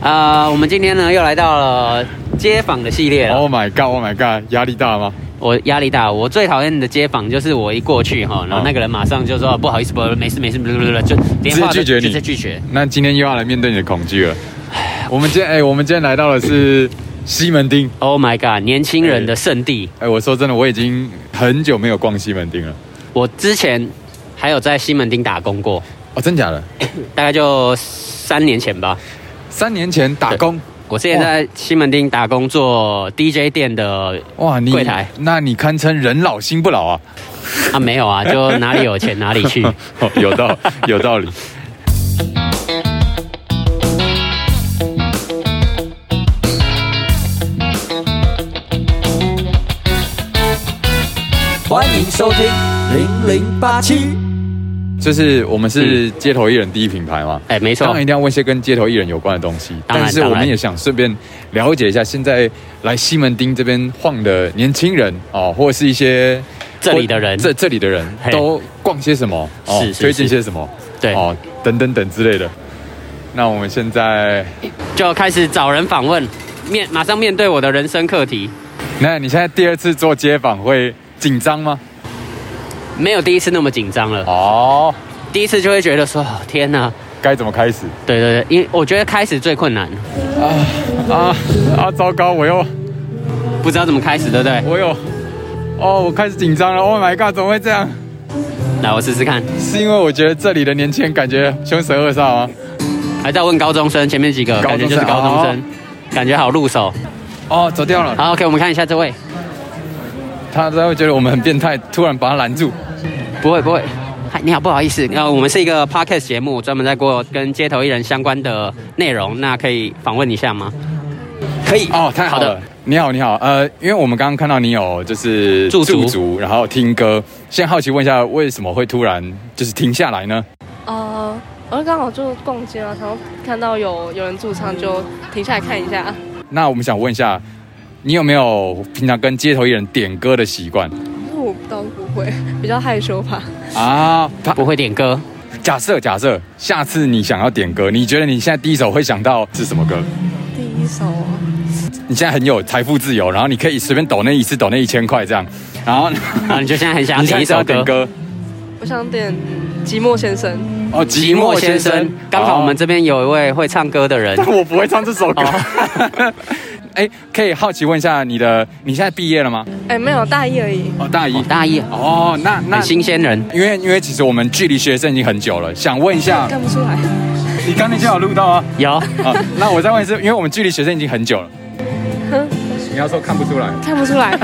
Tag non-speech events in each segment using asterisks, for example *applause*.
啊，我们今天呢又来到了街访的系列了。 Oh my god! Oh my god! 压力大吗？我压力大，我最讨厌的街访就是我一过去哈，然后那个人马上就说、不好意思，不没事没事，不不不，就连话都直接拒绝你直接拒绝。那今天又要来面对你的恐惧了。我们今天哎、我们今天来到的是西门町。 Oh my god！年轻人的圣地，哎、我说真的，我已经很久没有逛西门町了。我之前还有在西门町打工过，哦，真假的？大概就三年前吧。三年前打工，我之前在西门町打工做 DJ 店的哇，你柜台那你堪称人老心不老啊。啊，没有 *laughs* 啊，就哪里有钱哪里去。哦有道有道理。欢迎收听零零八七。就是我们是街头艺人第一品牌嘛，哎、没当错然一，定要问一些跟街头艺人有关的东西。当然但是当我然们也想顺便了解一下，现在来西门町这边晃的年轻人哦，或是一些这里的人这这里的人嘿都逛些什么？哦是是推荐是些什么？对哦，等等等之类的。那我们现在，就开始找人访问，面马上面对我的人生课题。那你现在第二次做街访会紧张吗？没有第一次那么紧张了，哦，第一次就会觉得说哦天哪，该怎么开始？对对对，因为我觉得开始最困难，啊啊！糟糕，我又不知道怎么开始，对不对？我又，哦，我开始紧张了。Oh my god，怎么会这样？来，我试试看。是因为我觉得这里的年轻人感觉凶神恶煞吗？还在问高中生，前面几个感高中生觉就是高中生，感觉好入手。哦，走掉了。好，OK，我们看一下这位，他他会觉得我们很变态，突然把他拦住。不会不会。嗨，你好，不好意思，那我们是一个 podcast 节目，专门在过跟街头艺人相关的内容，那可以访问一下吗？可以哦，太好好了的。你好，你好，呃，因为我们刚刚看到你有就是驻足足，然后听歌，先好奇问一下，为什么会突然就是停下来呢？呃，我刚好就逛街嘛，然后看到有有人驻唱，就停下来看一下。那我们想问一下，你有没有平常跟街头艺人点歌的习惯我倒是不会， *laughs* 比较害羞吧。啊？他不会点歌，假设假设，下次你想要点歌，你觉得你现在第一首会想到是什么歌？第一首啊你现在很有财富自由，然后你可以随便抖那一次抖那一千块这样，然后然啊后你就现在很想 *laughs* 你点现一在要首点歌。歌我想点《寂寞先生》，哦，寂刚好我们这，这边有一位会唱歌的人 *laughs* 但，我不会唱这首歌哦。 *laughs* 哎，可以好奇问一下你的，你现在毕业了吗？哎，没有大一而已。哦，大一哦大一，哦，那那很新鲜人，因为因为其实我们距离学生已经很久了，想问 *laughs* 一下，看不出来，你刚才就有录到啊？有啊，那我再问一次，因为我们距离学生已经很久了。你要说看不出来，看不出来。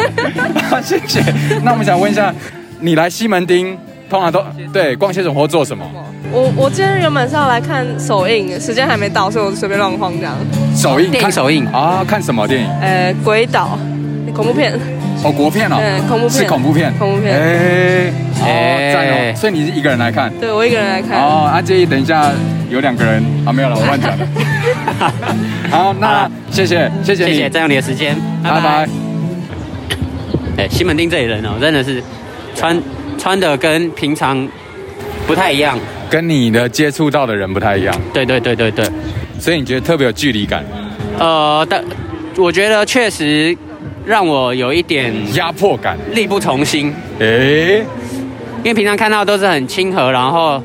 *laughs* 谢谢。那我们想问一下，你来西门町通常都对逛些什么或做什么？ *laughs* 我我今天原本是要来看首映，时间还没到，所以我就随便乱晃这样。首映电影看首映啊？看什么电影？呃，鬼岛恐怖片，哦，国片哦，嗯恐怖片是恐怖片，恐怖片哎，哦，哎赞哦！所以你是一个人来看对我一个人来看。哦？啊，建议等一下有两个人啊，没有了，我乱讲的。好，那好谢谢，谢谢谢你谢，占用你的时间，拜拜。。哎，西门町这里人哦，真的是穿穿的跟平常不太一样，跟你的接触到的人不太一样，对对对对对，所以你觉得特别有距离感、呃，但我觉得确实让我有一点压迫感。力不从心，哎，因为平常看到都是很亲和，然后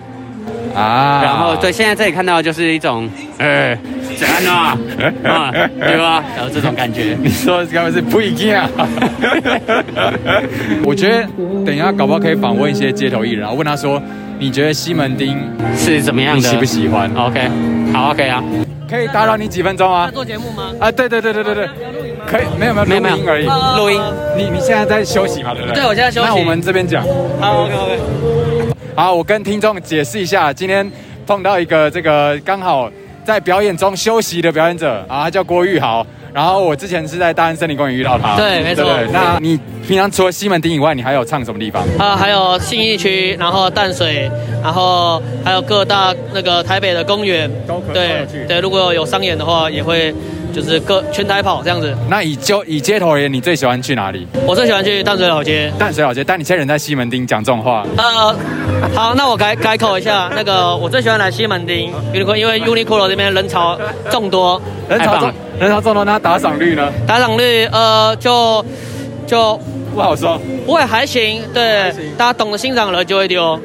啊，然后对，现在这里看到的就是一种，哎，怎样 *laughs* 啊，啊，对吧？然后这种感觉。你说该不是不一 *laughs* 样？我觉得等一下搞不好可以访问一些街头艺人，然后问他说：“你觉得西门町是怎么样你的？喜不喜欢？OK，好，OK 啊，啊可以打扰你几分钟啊做节目吗？”？啊，对对对对对对，可以，没有没有，没有录音而已。录音你你现在在休息嘛？对不对？对我现在休息那我们这边讲。好，OK OK。好，我跟听众解释一下，今天碰到一个这个刚好在表演中休息的表演者啊，他叫郭玉豪。然后我之前是在大安森林公园遇到他。对没错对那你平常除了西门町以外，你还有唱什么地方？啊，还有信义区，然后淡水，然后还有各大那个台北的公园都可都有去对对，如果有商演的话，也会就是各全台跑这样子。那以就以街头而言，你最喜欢去哪里？我最喜欢去淡水老街。淡水老街，但你现在人在西门町讲这种话，呃，好，那我改改口一下，那个我最喜欢来西门町 Uniqlo，因为 Uniqlo 这边人潮众多，人太潮棒中了人潮众多，那打赏率呢？打赏率呃就就不好说。不会还行，对，大家懂得欣赏了就会丢。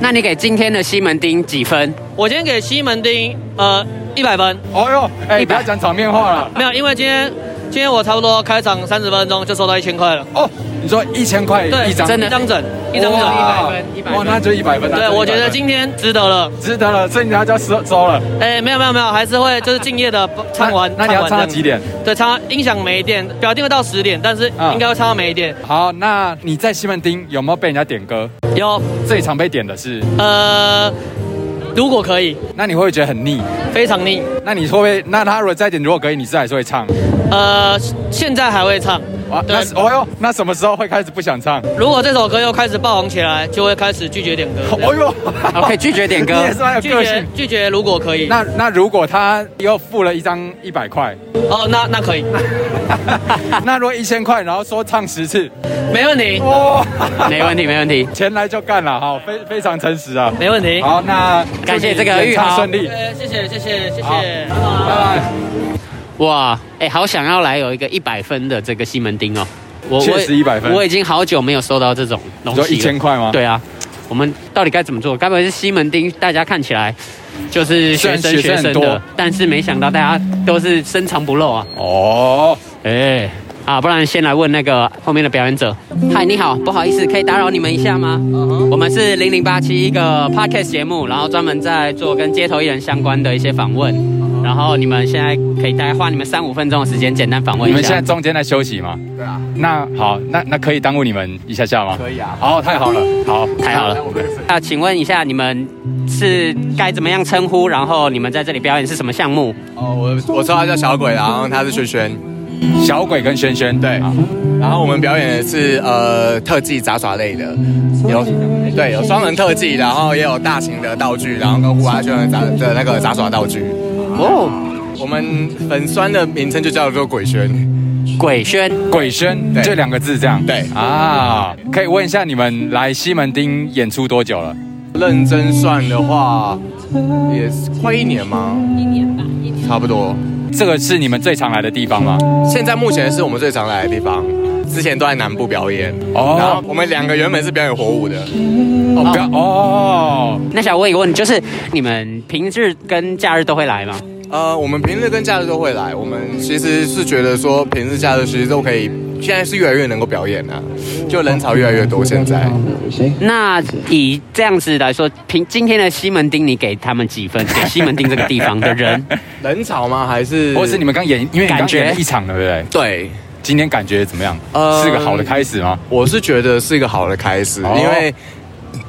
那你给今天的西门町几 *laughs* 分？我今天给西门町呃一百分，哦哟，哎，一百不要讲场面话了。没有，因为今天今天我差不多开场三十分钟就收到一千块了，哦，你说一千块对，一张，真的一张整，一张整哇哇，那就一百分。那就对， 100分我觉得今天值得了。值得了，所以你要叫收收了。哎，没有没有没有，还是会就是敬业的唱完。 *laughs* 那那你要完唱到这样子几点？对，唱到音响没电，表定会到十点，但是嗯应该会唱到没电。好，那你在西门町有没有被人家点歌？有最常被点的是，呃，如果可以，那你会不会觉得很腻？非常腻。那你会不会？那他如果再点，如果可以，你是还是会唱？呃，现在还会唱。哇，对那是哦哟，那什么时候会开始不想唱？如果这首歌又开始爆红起来，就会开始拒绝点歌。哦哟 OK，拒绝点歌你也是蛮有拒个绝性。拒绝，如果可 *laughs* 以，那那如果他又付了一张一百块，哦，那那可以，那如果一千块，然后说唱十次，没问题，哦，没问题，没问题。钱来就干了哈，非非常诚实啊。没问题。好，那感谢祝你这个演玉唱豪顺利，呃，谢谢谢谢谢好谢。Ah. 拜拜。哇，哎、好想要来有一个一百分的这个西门町哦。我我确实100分我已经好久没有收到这种东你西了。说一千块吗？，对啊，我们到底该怎么做？该不会是西门町大家看起来就是学虽生然学学生很生多的，但是没想到大家都是深藏不露啊。哦，哎、啊，不然先来问那个后面的表演者。嗨，你好，不好意思，可以打扰你们一下吗？Uh-huh 我们是零零八七一个 podcast 节目，然后专门在做跟街头艺人相关的一些访问。Uh-huh 然后你们现在可以大概花你们三五分钟的时间，简单访问你一下。们现在中间在休息吗？对啊。那好，那那可以耽误你们一下下吗？可以啊。好，太好了，好，太好了那我们那请问一下，你们是该怎么样称呼？然后你们在这里表演是什么项目？ *laughs* 哦，我我说他叫小鬼，然后他是轩轩，小鬼跟轩轩，对好然后我们表演的是呃特技杂耍类的，有对有双人特技，然后也有大型的道具，然后跟户外圈的杂的那个杂耍道具。啊哦，我们粉酸的名称就叫做鬼轩，鬼轩，鬼轩对这两个字这样。对啊，可以问一下你们来西门町演出多久了？认真算的话也是快一年吗？一年吧，差不多。这个是你们最常来的地方吗？现在目前是我们最常来的地方，之前都在南部表演。哦然后我们两个原本是表演火舞的，哦，不要哦，那想问一个问题，就是你们平日跟假日都会来吗？呃，我们平日跟假日都会来。我们其实是觉得说，平日假日其实都可以，现在是越来越能够表演啊，就人潮越来越多。现在那以这样子来说，平今天的西门町，你给他们几分？给西门町这个地方的人，人潮吗？还是或是你们刚演，因为你刚感觉演了一场，对不对？对？今天感觉怎么样？呃是个好的开始吗？我是觉得是一个好的开始，哦因为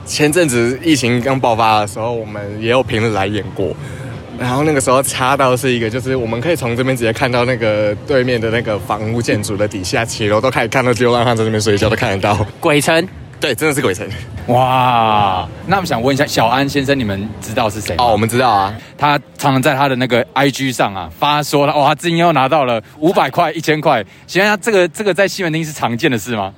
前阵子疫情刚爆发的时候，我们也有平日来演过。然后那个时候插到是一个，就是我们可以从这边直接看到那个对面的那个房屋建筑的底下骑楼，都可以看到流浪汉在那边睡觉，都看得到。鬼城对，真的是鬼城哇，那我们想问一下小安先生，你们知道是谁吗？哦，我们知道啊，他常常在他的那个 IG 上啊发说了，哇，他今天又拿到了五百块、一千块。请问他这个这个在西门町是常见的事吗？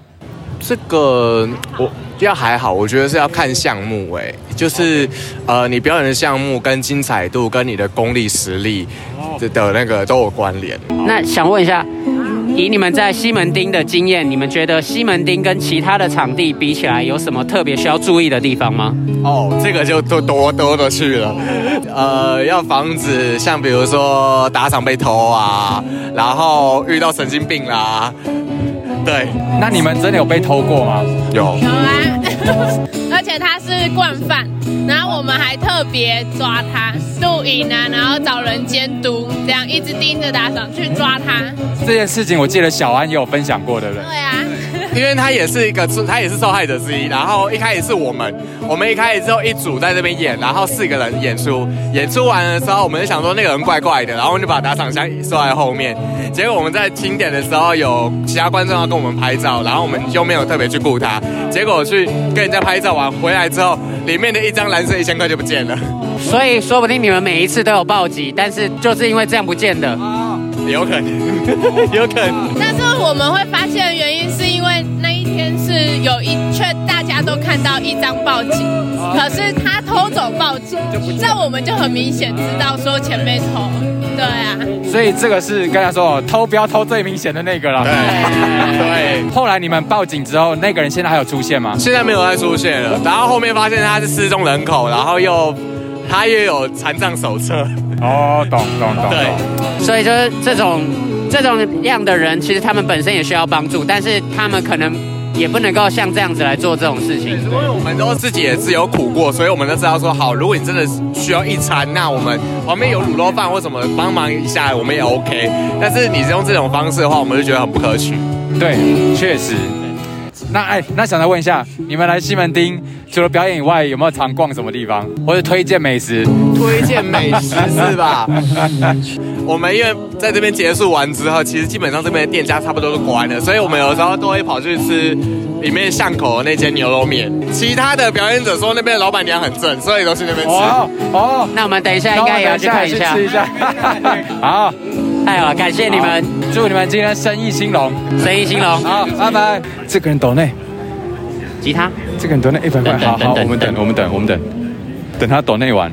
这个我要还好，我觉得是要看项目哎、就是呃，你表演的项目跟精彩度跟你的功力实力的的那个都有关联。那想问一下，以你们在西门町的经验，你们觉得西门町跟其他的场地比起来，有什么特别需要注意的地方吗？哦，这个就多多多的去了，呃，要防止像比如说打赏被偷啊，然后遇到神经病啦，对，那你们真的有被偷过吗？有有啊， *laughs* 而且他是惯犯，然后我们还特别抓他录影啊，然后找人监督，这样一直盯着打赏去抓他。这件事情我记得小安也有分享过，对不对对？啊，因为他也是一个，他也是受害者之一。然后一开始是我们，我们一开始之后一组在这边演，然后四个人演出，演出完的时候，我们就想说那个人怪怪的，然后我们就把打赏箱收在后面。结果我们在清点的时候，有其他观众要跟我们拍照，然后我们就没有特别去顾他。结果去跟人家拍照完回来之后，里面的一张蓝色一千块就不见了。所以说不定你们每一次都有暴击，但是就是因为这样不见的。有可能，有可能。但是我们会发现的原因是因为那一天是有一却大家都看到一张报警，啊可是他偷走报警，那我们就很明显知道说前辈偷。对啊，所以这个是跟他说哦偷标偷最明显的那个了。对对，后来你们报警之后，那个人现在还有出现吗？现在没有再出现了。然后后面发现他是失踪人口，然后又他又有残障手册，哦，懂懂懂。对懂。所以就是这种这种样的人，其实他们本身也需要帮助，但是他们可能也不能够像这样子来做这种事情。因为我们都自己也是有苦过，所以我们都知道说，好，如果你真的需要一餐，那我们旁边有卤肉饭或什么帮忙一下，我们也 OK。但是你用这种方式的话，我们就觉得很不可取。对，确实。那哎，那想再问一下，你们来西门町除了表演以外，有没有常逛什么地方，或者推荐美食？推荐美食是吧？我们因为在这边结束完之后，其实基本上这边的店家差不多都关了，所以我们有时候都会跑去吃里面巷口的那间牛肉面。其他的表演者说那边的老板娘很正，所以都去那边吃。哦哦，那我们等一下应该也要去看一下等。一下也去吃一下。 *laughs* 好，太好了，感谢你们，祝你们今天生意兴隆。生意兴隆。好，拜拜。嗯这个人抖内，吉他，这个人抖内一百块。等等好等好，等我们等，我们等，我们等，等他抖内完。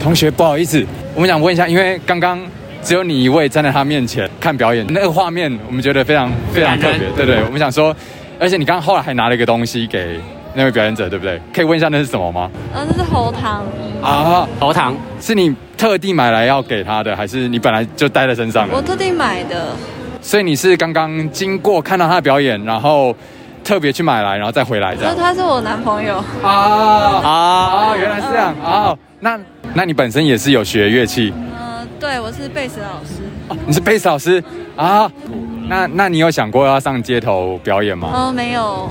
同学，不好意思，我们想问一下，因为刚刚。只有你一位站在他面前看表演，那个画面我们觉得非常非常特感别人，对对。我们想说，而且你刚刚后来还拿了一个东西给那位表演者，对不对？可以问一下那是什么吗？呃，这是喉糖，啊，喉糖。是你特地买来要给他的，还是你本来就带在身上我的？特地买的。所以你是刚刚经过看到他的表演，然后特别去买来，然后再回来这那样。他是我男朋友，啊好，啊，原来是这样啊！那那你本身也是有学乐器，呃，对我是贝斯老师。哦你是贝斯老师啊？那那你有想过要上街头表演哦吗？呃，没有，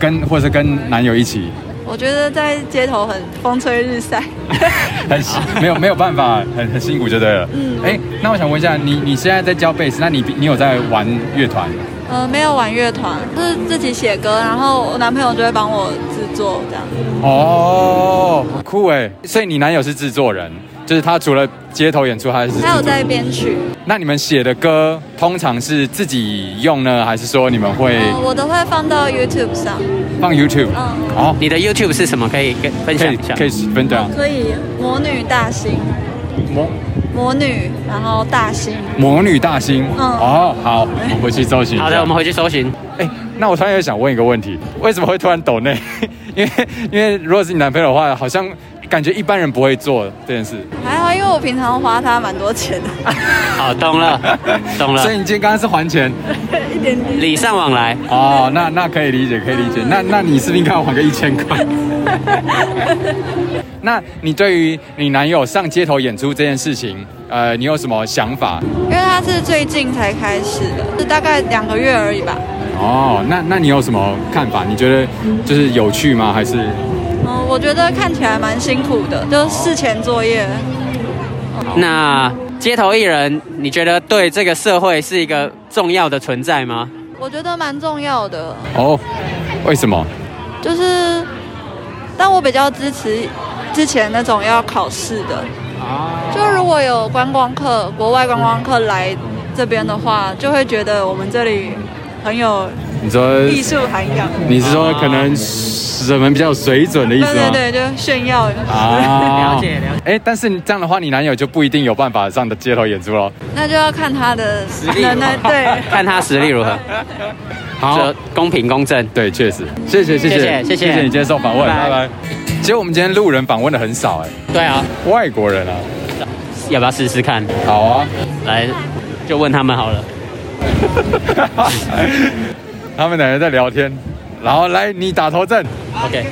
跟或是跟男友一起？我觉得在街头很风吹日晒。很辛没有没有办法，很很辛苦就对了。嗯，哎，那我想问一下，你你现在在教贝斯，那你你有在玩乐团？呃，没有玩乐团，就是自己写歌，然后我男朋友就会帮我制作这样。哦，酷哎！所以你男友是制作人，就是他除了街头演出，他还是制还有作在编曲，那你们写的歌通常是自己用呢，还是说你们会呃，我都会放到 YouTube 上。放 YouTube？嗯，哦，你的 YouTube 是什么？可以跟分可享以一下可。以分享。所以魔女大星，魔魔女，然后大星，魔女大星。哦，好，我回去搜寻一下。好的，我们回去搜寻。哎，那我突然又想问一个问题，为什么会突然抖内？ *laughs* 因为因为如果是你男朋友的话，好像感觉一般人不会做这件事。还好，因为我平常花他蛮多钱的， *laughs* 好，懂 *laughs* 了，懂了所以。你今天刚刚是还钱一点点。礼尚往来。哦，那那可以理解，可以理解。那那你是不是应该要还个一千块？ *laughs* 那你对于你男友上街头演出这件事情，呃，你有什么想法？因为他是最近才开始的，是大概两个月而已吧。哦，那那你有什么看法？你觉得就是有趣吗？还是嗯，我觉得看起来蛮辛苦的，就是事前作业。那街头艺人，你觉得对这个社会是一个重要的存在 *laughs* 吗？我觉得蛮重要的，哦，为什么？就是，但我比较支持之前那种要考试的。就如果有观光客、国外观光客来这边的话，就会觉得我们这里很有你说艺术涵养。你是说可能什么比较有水准的意对思吗？对对，就炫耀。啊了解了解。哎，但是你这样的话，你男友就不一定有办法上的街头演出喽。那就要看他的力能耐。对。看他实力如何，好这，公平公正。对，确实，谢谢谢谢谢谢谢谢谢你接受访问，拜拜拜拜。其实我们今天路人访问的很少哎，对啊，外国人啊，要不要试试看？好啊，来，就问他们好了。他们两个在聊天，然后来你打头阵， Okay.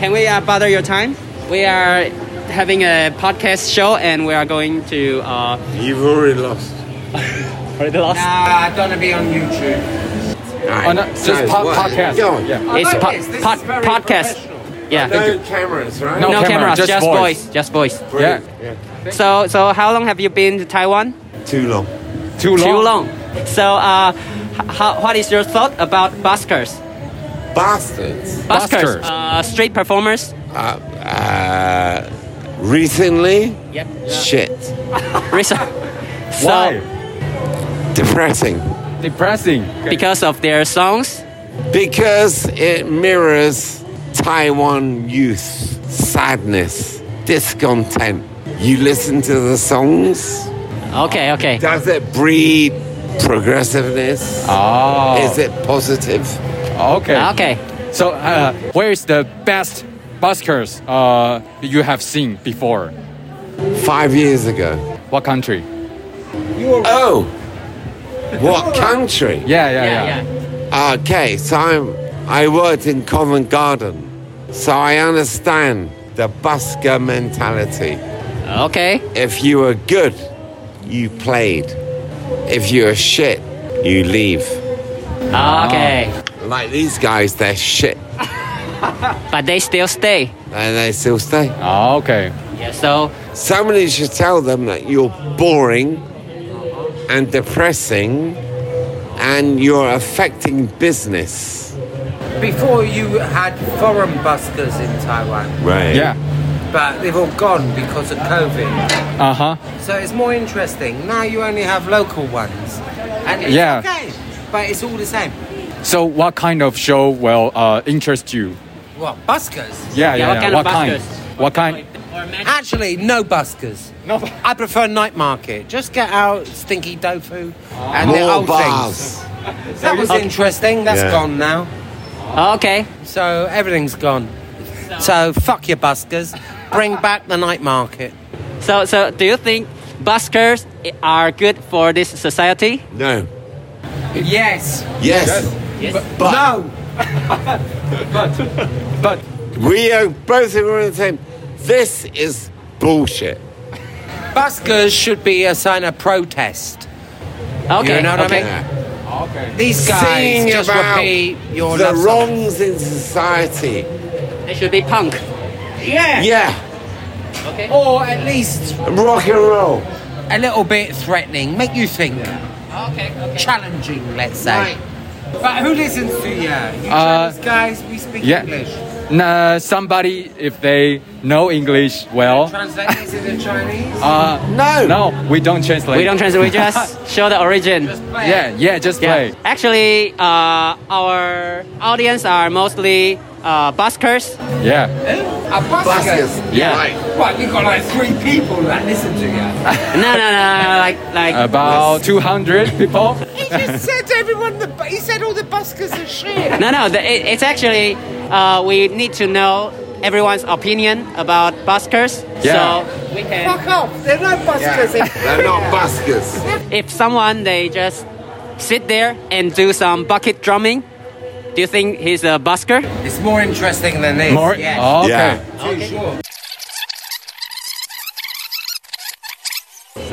Can we uh, bother your time? We are having a podcast show and we are going to. Uh, You've already lost. already lost? Oh, no, just pod- podcast. Yeah. it's po- pod- podcast. Yeah. No, cameras, right? No camera, cameras, just, just voice. voice. Just voice. Yeah. So, so how long have you been to Taiwan? Too long. Too long. Too long. So, uh, h- how, what is your thought about buskers? Bastards. Buskers. Uh, street performers. Uh, uh, recently, Yep. shit. Research. So, Why? depressing Depressing. because of their songs. because it mirrors Taiwan youth sadness, discontent. You listen to the songs, OK OK， does it breed progressiveness? Oh. Is it positive? Okay. OK， So, uh, where is the best buskers uh, you have seen before? Five years ago. What country? Oh, what country? Yeah, yeah, yeah. Okay, so I'm, I worked in Covent Garden, so I understand the busker mentality. OK， If you were good, you played. If you were shit, you leave. OK，but Like these guys, they're shit they still stay. and they still stay. Oh, okay. Yeah, so Somebody should tell them that you're boring and depressing and you're affecting business. Before you had foreign buskers in Taiwan, Right. Yeah. but they've all gone because of COVID. Uh huh. So it's more interesting. Now you only have local ones. And it's Yeah. okay. But it's all the same. So, what kind of show will uh, interest you? What, buskers? Yeah, Yeah, yeah, yeah. what kind of What kind? Actually, no buskers. No. I prefer night market. Just get out stinky tofu and the More old bars. things. That was interesting. That's Yeah. gone now. OK， So everything's gone. So fuck your buskers. Bring back the night market. so so do you think buskers are good for this society? No. Yes. Yes. But no. We are both in the same. This is bullshit. Buskers should be a sign of protest. OK， You know what OK I mean? These guys Singing just about repeat Oh, your the love song. wrongs in society. They should be punk. Yeah. Yeah, Or at least rock and roll. a little bit threatening. Make you think. Okay. Challenging, let's say. But who listens to you? You Uh, Chinese guys, we speak Yeah. English. Nah, somebody if they know English well. Translate this into Chinese. Uh, No. no, we don't translate. We don't translate. *laughs* We just show the origin. Yeah, yeah, just Yeah. play. Actually, uh, our audience are mostly uh, buskers. Yeah. A buskers. Yeah. What, you got like three people that listen to you. No, no, no, no, like, like. Uh, About 200 people. he just said to everyone, the, bu- he said all the buskers are shit. No, no. The, it, it's actually uh, we need to know everyone's opinion about buskers. Yeah. So we can. Fuck off. They're no buskers. They're not buskers. If someone they just sit there and do some bucket drumming, do you think he's a busker? It's more interesting than this. More. yes. Oh, okay. Yeah. For sure.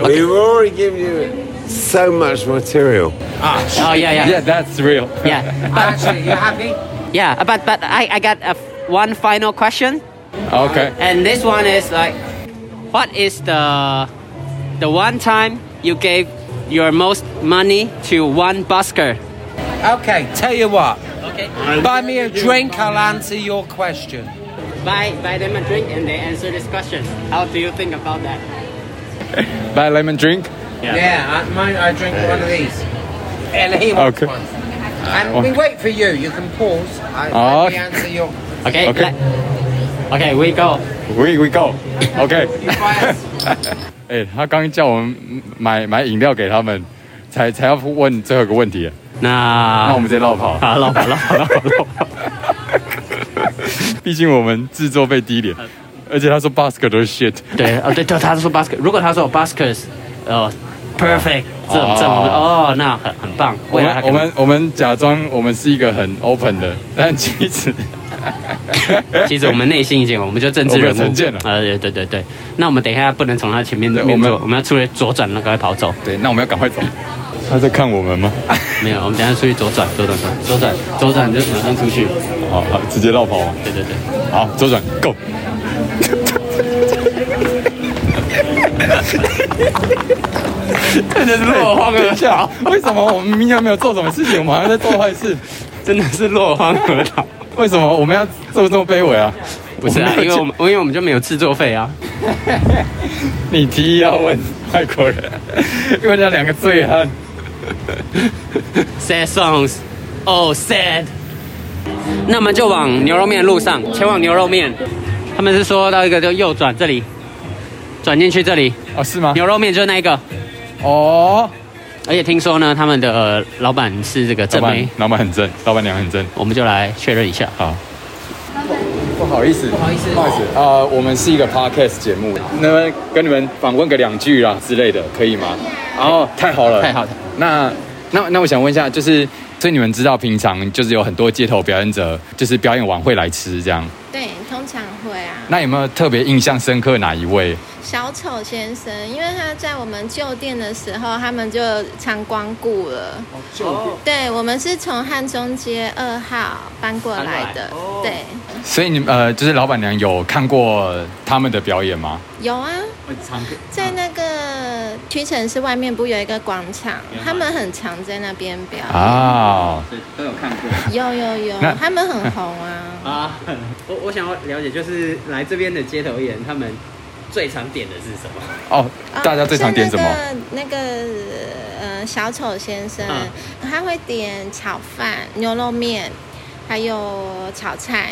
We've already given you so much material. Oh yeah, yeah, *laughs* Yeah, that's real. yeah, Actually, you happy? yeah. But but I I got a, one final question. okay. And this one is like, what is the the one time you gave your most money to one busker? Okay, tell you what. Okay. Buy me a drink, I'll answer your question. Buy buy them a drink and they answer this question. How do you think about that? Buy lemon drink. Yeah, I, mine, I drink one of these. And he wants Okay. one. And we wait for you. You can pause. I, Oh. Let me answer your. Okay. Okay. let- okay, we go. We we go. OK。 *laughs* You buy us. 哎、他刚刚叫我们买买饮料给他们，才才要问最后一个问题， *laughs* 那我那们直接绕跑。 *laughs* 好了好了好了，毕竟我们制作费低廉，而且他说 busker 都是 shit。对哦对，就他说 busker，如果他说 buskers，哦，perfect，这种这种哦，那很很棒。我未啊来他们可我能们我们假装我们是一个很 open 的，但其实 *laughs* 其实我们内心一点，我们就政治人物我们有成见了呃，对对对对，那我们等一下不能从他前面对面我们走，我们要出去左转，然后赶快跑走。 *laughs* 对，那我们要赶快走。他在看我们吗？没有，我们等一下出去左转，左转，左转，左转，你就马上出去。好，好直接绕跑啊！对对对。 *laughs* 好，左转，Go。真的是落荒而啊逃。 *laughs* 为什么我们明明没有做什么事情，我们好像在做坏事？真的是落荒而逃。为什么我们要做这么卑微啊？不是啊，没有因为我们因为我们就没有制作费啊。你提议要问外国人，问他两个醉汉， Sad songs, oh sad。那我们就往牛肉面的路上，前往牛肉面。他们是说到一个就右转这里，转进去这里。哦，是吗？牛肉面就是那一个。哦。而且听说呢，他们的、呃老板是这个老正板妹，，老板很正，老板娘很正，我们就来确认一下。好。不好意思，不好意思，不好意思，呃，我们是一个 podcast 节目，那么跟你们访问个两句啦之类的，可以吗？哦，太好了，太好了。那那那我想问一下，就是所以你们知道平常就是有很多街头表演者，就是表演完会来吃这样，对，通常会啊。那有没有特别印象深刻哪一位？小丑先生，因为他在我们旧店的时候，他们就常光顾了。哦旧对，我们是从汉中街二号搬过来的。哦对，所以你们呃，就是老板娘有看过他们的表演吗？有啊，啊在那个屈臣氏外面不有一个广场，他们很常在那边表演。啊，都有看过。有有有那，他们很红啊。啊，Uh, *laughs* 我我想要了解，就是来这边的街头艺人，他们最常点的是什么？哦， *laughs* 啊大家最常点什么？像那个那个呃，小丑先生，嗯他会点炒饭、牛肉面，还有炒菜。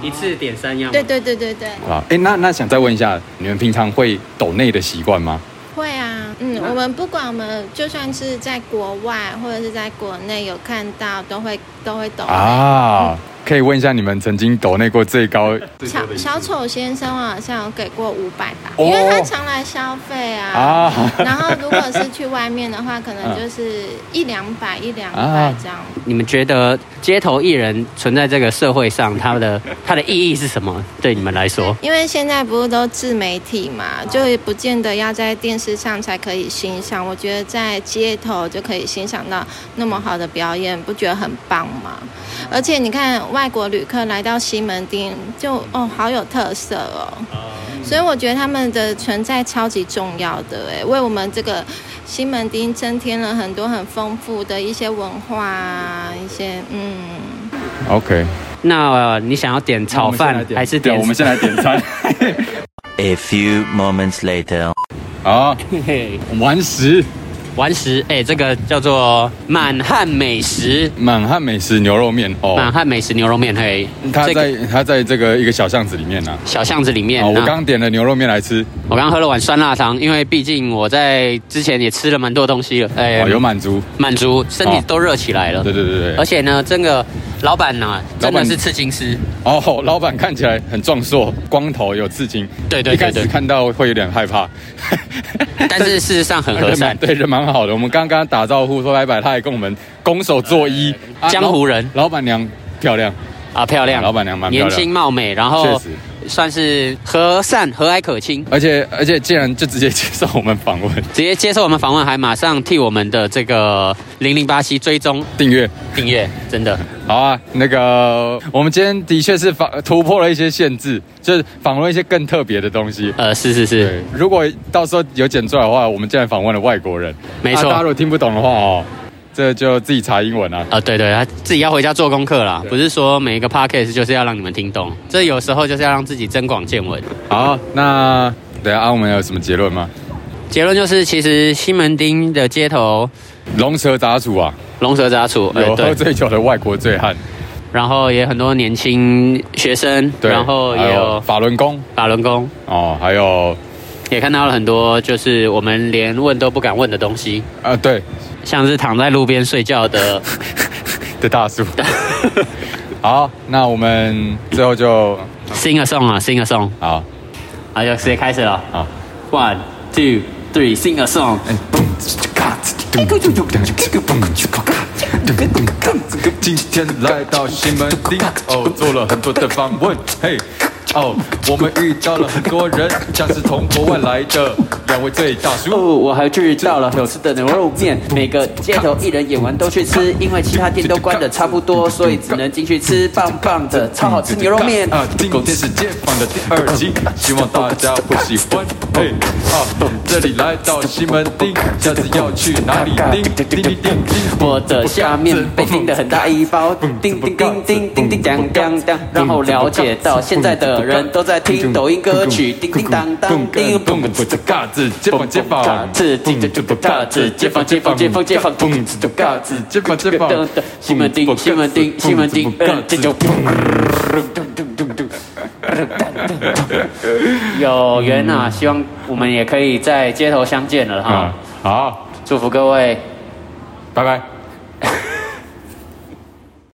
一次点三样吗对对对对对，啊，哎，那那想再问一下，你们平常会抖内的习惯吗？会啊，嗯，我们不管我们就算是在国外或者是在国内有看到，都会都会懂。啊，可以问一下你们曾经抖内过最高？小小丑先生我好像有给过五百吧，哦因为他常来消费啊。啊然后如果是去外面的话，可能就是一两百一两百啊这样。你们觉得街头艺人存在这个社会上，它的它的意义是什么？对你们来说，因为现在不是都自媒体嘛，就也不见得要在电视上才可以欣赏。我觉得在街头就可以欣赏到那么好的表演，不觉得很棒吗？而且你看外国旅客来到西门町，就哦好有特色哦。所以我觉得他们的存在超级重要的，哎，为我们这个西门町增添了很多很丰富的一些文化啊，一些嗯。 *laughs* OK，那、呃你想要点炒饭还是点？对我们先来点餐。 *laughs* A few moments later. 啊，玩食，玩食，哎、这个叫做满汉美食，满汉美食牛肉面哦，满汉美食牛肉面，嘿，它这在个它在这个一个小巷子里面呢、啊。小巷子里面。哦，我那刚点了牛肉面来吃，哦我刚喝了碗酸辣汤，因为毕竟我在之前也吃了蛮多东西了，哎、哦，有哦满足，满足，身体都热起来了。对对对而对。且呢，这个老板呢、老真板的是刺青师，哦，老板看起来很壮硕，光头有刺青，对对对一开始对看到会有点害怕， *laughs* 但 *laughs* 是事实上很和人蛮善。对人蛮好的。我们刚刚打招呼说拜拜，他还跟我们拱手作揖，啊江湖人老老板娘漂亮，啊，漂亮，老板娘蛮漂年亮轻貌美，然确后实算是和善、和蔼可亲，而且而且竟然就直接接受我们访问，直接接受我们访问，还马上替我们的这个零零八七追踪订阅。订阅，真 *laughs* 的好啊，那个我们今天的确是访突破了一些限制，就是访问一些更特别的东西。呃，是是是，如果到时候有剪出来的话，我们竟然访问了外国人，没错啊大家如果听不懂的话哦，这就自己查英文啊。啊，对对，他自己要回家做功课啦，不是说每一个 podcast 就是要让你们听懂，这有时候就是要让自己增广见闻。好，那等一下啊，我们有什么结论吗？结论就是，其实西门町的街头龙蛇杂处啊，龙蛇杂处，哎有喝对，醉酒的外国醉汉，然后也很多年轻学生，对，然后还也有法轮功法轮功，哦，还有也看到了很多就是我们连问都不敢问的东西，啊，对像是躺在路边睡觉 *laughs* 的，的大 *laughs* 叔。好，那我们最后就 sing a song 啊，sing a song，好，啊，就直接开始了，好哎，one two three sing a song，今天来到西门町，哦，做了很多的访问，嘿，哦，我们遇到了很多人，像是从国外来的两位最大叔。哦，我还去到了好吃的牛肉面，每个街头艺人演完都去吃，因为其他店都关的差不多，所以只能进去吃棒棒的超好吃牛肉面。啊！进口电视街坊的第二集，希望大家会喜欢。嘿，啊，这里来到西门町，下次要去哪里叮叮叮叮叮 *laughs* 我的下面被叮的很大一包，叮叮叮叮叮叮当当当，然后了解到现在的的人都在听抖音歌曲，叮叮当当，叮蹦蹦子嘎子，街坊街坊嘎子，叮叮咚咚嘎子，街坊街坊街坊街坊，蹦子咚嘎子，街坊街坊，西门町西门町西门町，嗯这就砰咚咚咚咚。有缘呐、希望我啊们也可以在街头相见了哈。好，祝福各位，拜拜。